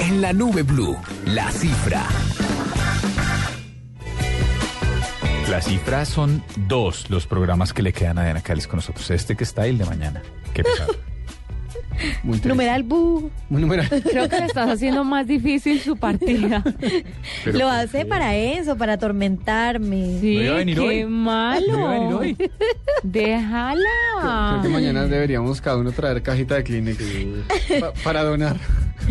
En la nube blue, la cifra. Las cifras son dos los programas que le quedan a Diana Cales con nosotros. Este que está y el de mañana. Qué pesar. Muy Numeral bu. Muy numeral. Ah. Creo que le estás haciendo más difícil su partida. Pero, Lo hace para eso, para atormentarme. Sí, No iba a venir qué hoy. malo. No iba a venir hoy. Creo que Déjala. mañana deberíamos cada uno traer cajita de Kleenex pa- para donar,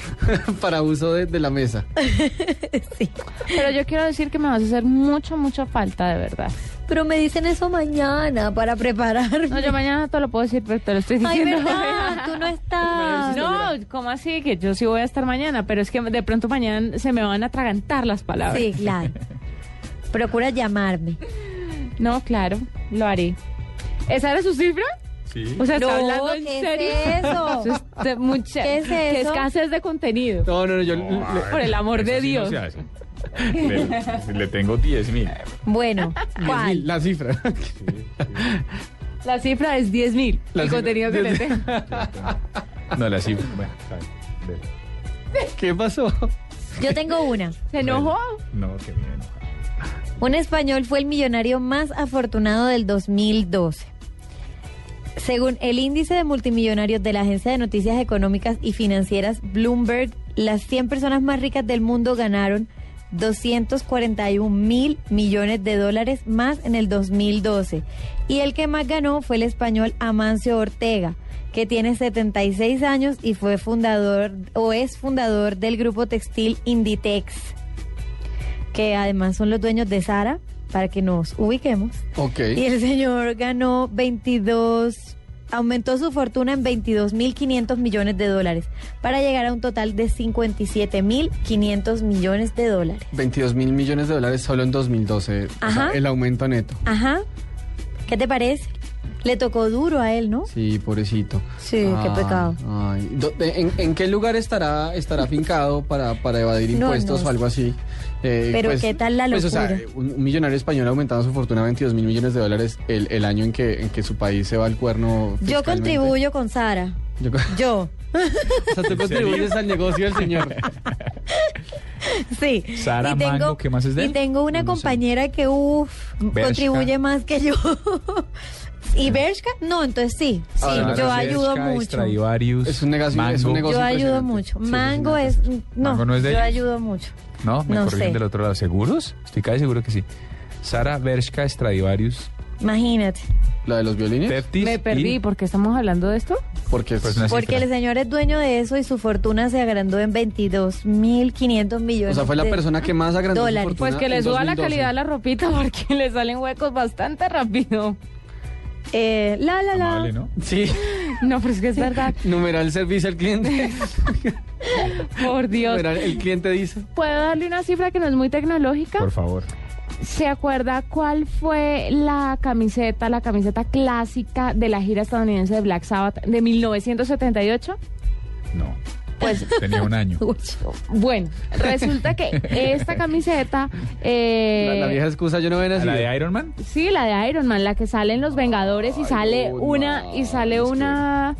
para uso de, de la mesa. Pero yo quiero decir que me vas a hacer mucha, mucha falta, de verdad. Pero me dicen eso mañana para prepararme. No, yo mañana te lo puedo decir, pero te lo estoy Ay, diciendo. verdad, tú no estás. No, ¿cómo así? Que yo sí voy a estar mañana, pero es que de pronto mañana se me van a atragantar las palabras. Sí, claro. Procura llamarme. No, claro, lo haré. ¿Esa era su cifra? Sí. O sea, No, está hablando en ¿qué es serio. eso? es de mucha- ¿Qué es qué eso? escasez de contenido. No, no, no, yo Por el amor de Dios. le, le tengo 10 mil. Bueno, le- ¿cuál? la cifra. La cifra es 10 mil. La El cifra- contenido E que le diez mil. tengo. No, la cifra. Bueno, está bien. ¿Qué pasó? Yo tengo una. ¿Se enojó? No, que me enoja. Un español fue el millonario más afortunado del 2012. Según el índice de multimillonarios de la agencia de noticias económicas y financieras Bloomberg, las 100 personas más ricas del mundo ganaron 241 mil millones de dólares más en el 2012. Y el que más ganó fue el español Amancio Ortega, que tiene 76 años y fue fundador o es fundador del grupo textil Inditex que además son los dueños de Sara, para que nos ubiquemos. Ok. Y el señor ganó 22, aumentó su fortuna en 22.500 millones de dólares, para llegar a un total de 57.500 millones de dólares. 22 mil millones de dólares solo en 2012. o sea, Ajá. el aumento neto. Ajá, ¿qué te parece? Le tocó duro a él, ¿no? Sí, pobrecito. Sí, qué Ay, pecado. Ah, ay. Do- de- ¿En, en qué lugar estará estará afincado para, para evadir No, impuestos no. o algo así? Eh, Pero qué tal la Pues, o sea, locura. un, un millonario español aumentando su fortuna a 22 mil millones de dólares el, el año en que, en que su país se va al cuerno. Yo fiscalmente. contribuyo con Sara, Yo con- yo, o sea, tú contribuyes al negocio del señor. sí. Sara Mango, ¿qué más es de Y él? tengo una No sé. compañera que, uff, Bershka. contribuye más que yo. ¿Y Bershka? No, entonces sí, sí, Ah, Sara, claro, yo sí, ayudo Bershka, mucho. Stradivarius, Es un negocio- es Mango. un negocio. Yo ayudo impresionante. mucho. Sí, sí, Mango sí, es. No, Mango no es de yo ellos. ayudo mucho. No, me No corrigen sé. del otro lado. ¿Seguros? Estoy casi seguro que sí. Sara Bershka Stradivarius Imagínate. La de los violines. Teftis. ¿Eh? Me perdí. ¿Por qué estamos hablando de esto? Porque es- Pues una Porque cifra. el señor es dueño de eso y su fortuna se agrandó en 22.500 millones. o sea, fue la de- persona que más agrandó Dólares. su fortuna. Pues que le en suba la 2012. calidad a la ropita porque le salen huecos bastante rápido. Eh, la, la, la. Amable, ¿no? Sí, No, pero es que es verdad. numeral servicio al cliente. Por Dios. Numeral, el cliente dice. ¿Puedo darle una cifra que no es muy tecnológica? Por favor. ¿Se acuerda cuál fue la camiseta, la camiseta clásica de la gira estadounidense de Black Sabbath de 1978? No. Pues. Tenía un año. Uy, Bueno, resulta que esta camiseta... eh, La, la vieja excusa, yo no ven así. ¿La de Iron Man? Sí, la de Iron Man, la que sale en Los Vengadores y Ay, sale no, una y sale no, es una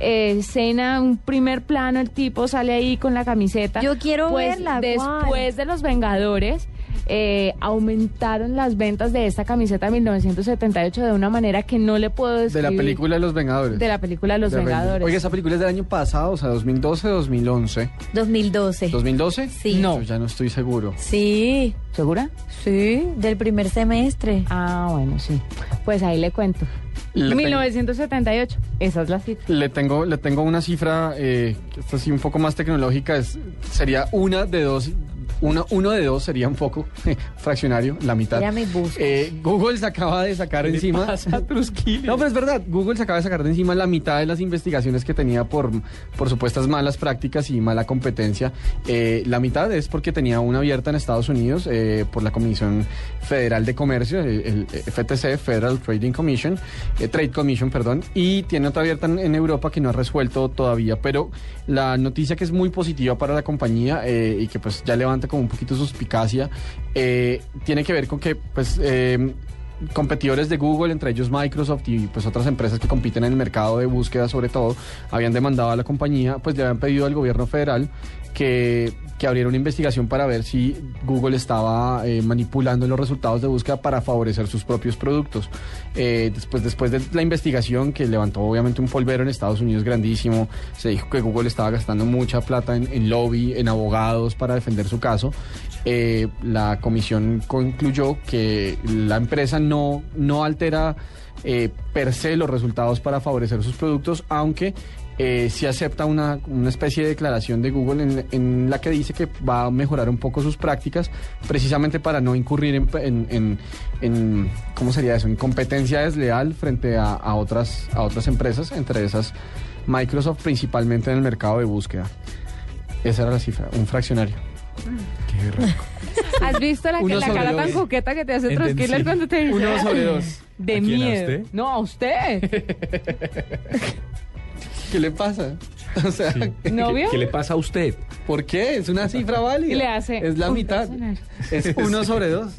eh, escena, un primer plano, el tipo sale ahí con la camiseta. Yo quiero Pues, verla. ¿cuál? Después de Los Vengadores eh, aumentaron las ventas de esta camiseta de 1978 de una manera que no le puedo De describir. la película de los Vengadores. de la película Los De Avengers. Vengadores. Oiga, esa película es del año pasado, o sea, 2012, 2011. 2012. ¿2012? Sí. Yo ya no estoy seguro. Sí, ¿Segura? sí, del primer semestre. Ah, bueno, sí. Pues ahí le cuento. Le, ten- 1978, esa es la cita. le tengo, le tengo una cifra, eh, que esta sí un poco más tecnológica, es, sería una de dos Uno, uno de dos sería un poco fraccionario, la mitad. Mira, me buscas. Eh, Google se acaba de sacar encima. No, pero es verdad, Google se acaba de sacar de encima la mitad de las investigaciones que tenía por, por supuestas malas prácticas y mala competencia. Eh, la mitad es porque tenía una abierta en Estados Unidos eh, por la Comisión Federal de Comercio, eh, el, el FTC, Federal Trading Commission, eh, Trade Commission, perdón, y tiene otra abierta en, en Europa que no ha resuelto todavía. Pero la noticia que es muy positiva para la compañía eh, y que pues ya levanta como un poquito suspicacia, eh, tiene que ver con que pues... eh, competidores de Google, entre ellos Microsoft y pues otras empresas que compiten en el mercado de búsqueda sobre todo, habían demandado a la compañía, pues le habían pedido al gobierno federal que, que abriera una investigación para ver si Google estaba eh, manipulando los resultados de búsqueda para favorecer sus propios productos. Eh, después, después de la investigación que levantó obviamente un polvero en Estados Unidos grandísimo, se dijo que Google estaba gastando mucha plata en, en lobby, en abogados para defender su caso. Eh, la comisión concluyó que la empresa no, no altera eh, per se los resultados para favorecer sus productos, aunque eh, sí acepta una, una especie de declaración de Google en, en la que dice que va a mejorar un poco sus prácticas, precisamente para no incurrir en, en- en- en- ¿cómo sería eso? En competencia desleal frente a, a otras, a otras empresas, entre esas Microsoft, principalmente en el mercado de búsqueda. Esa era la cifra, un fraccionario. ¿Has visto la, que- Uno la sobre cara dos. tan coqueta que te hace Entendí. Trotskiller cuando te dice? Uno sobre dos. De ¿A quién, a miedo. usted? No, a usted. ¿Qué le pasa? O sea, ¿No vio? ¿Qué le pasa a usted? ¿por qué? Es una cifra válida. Y le hace Es la un mitad. fraccionario. Es uno sobre dos.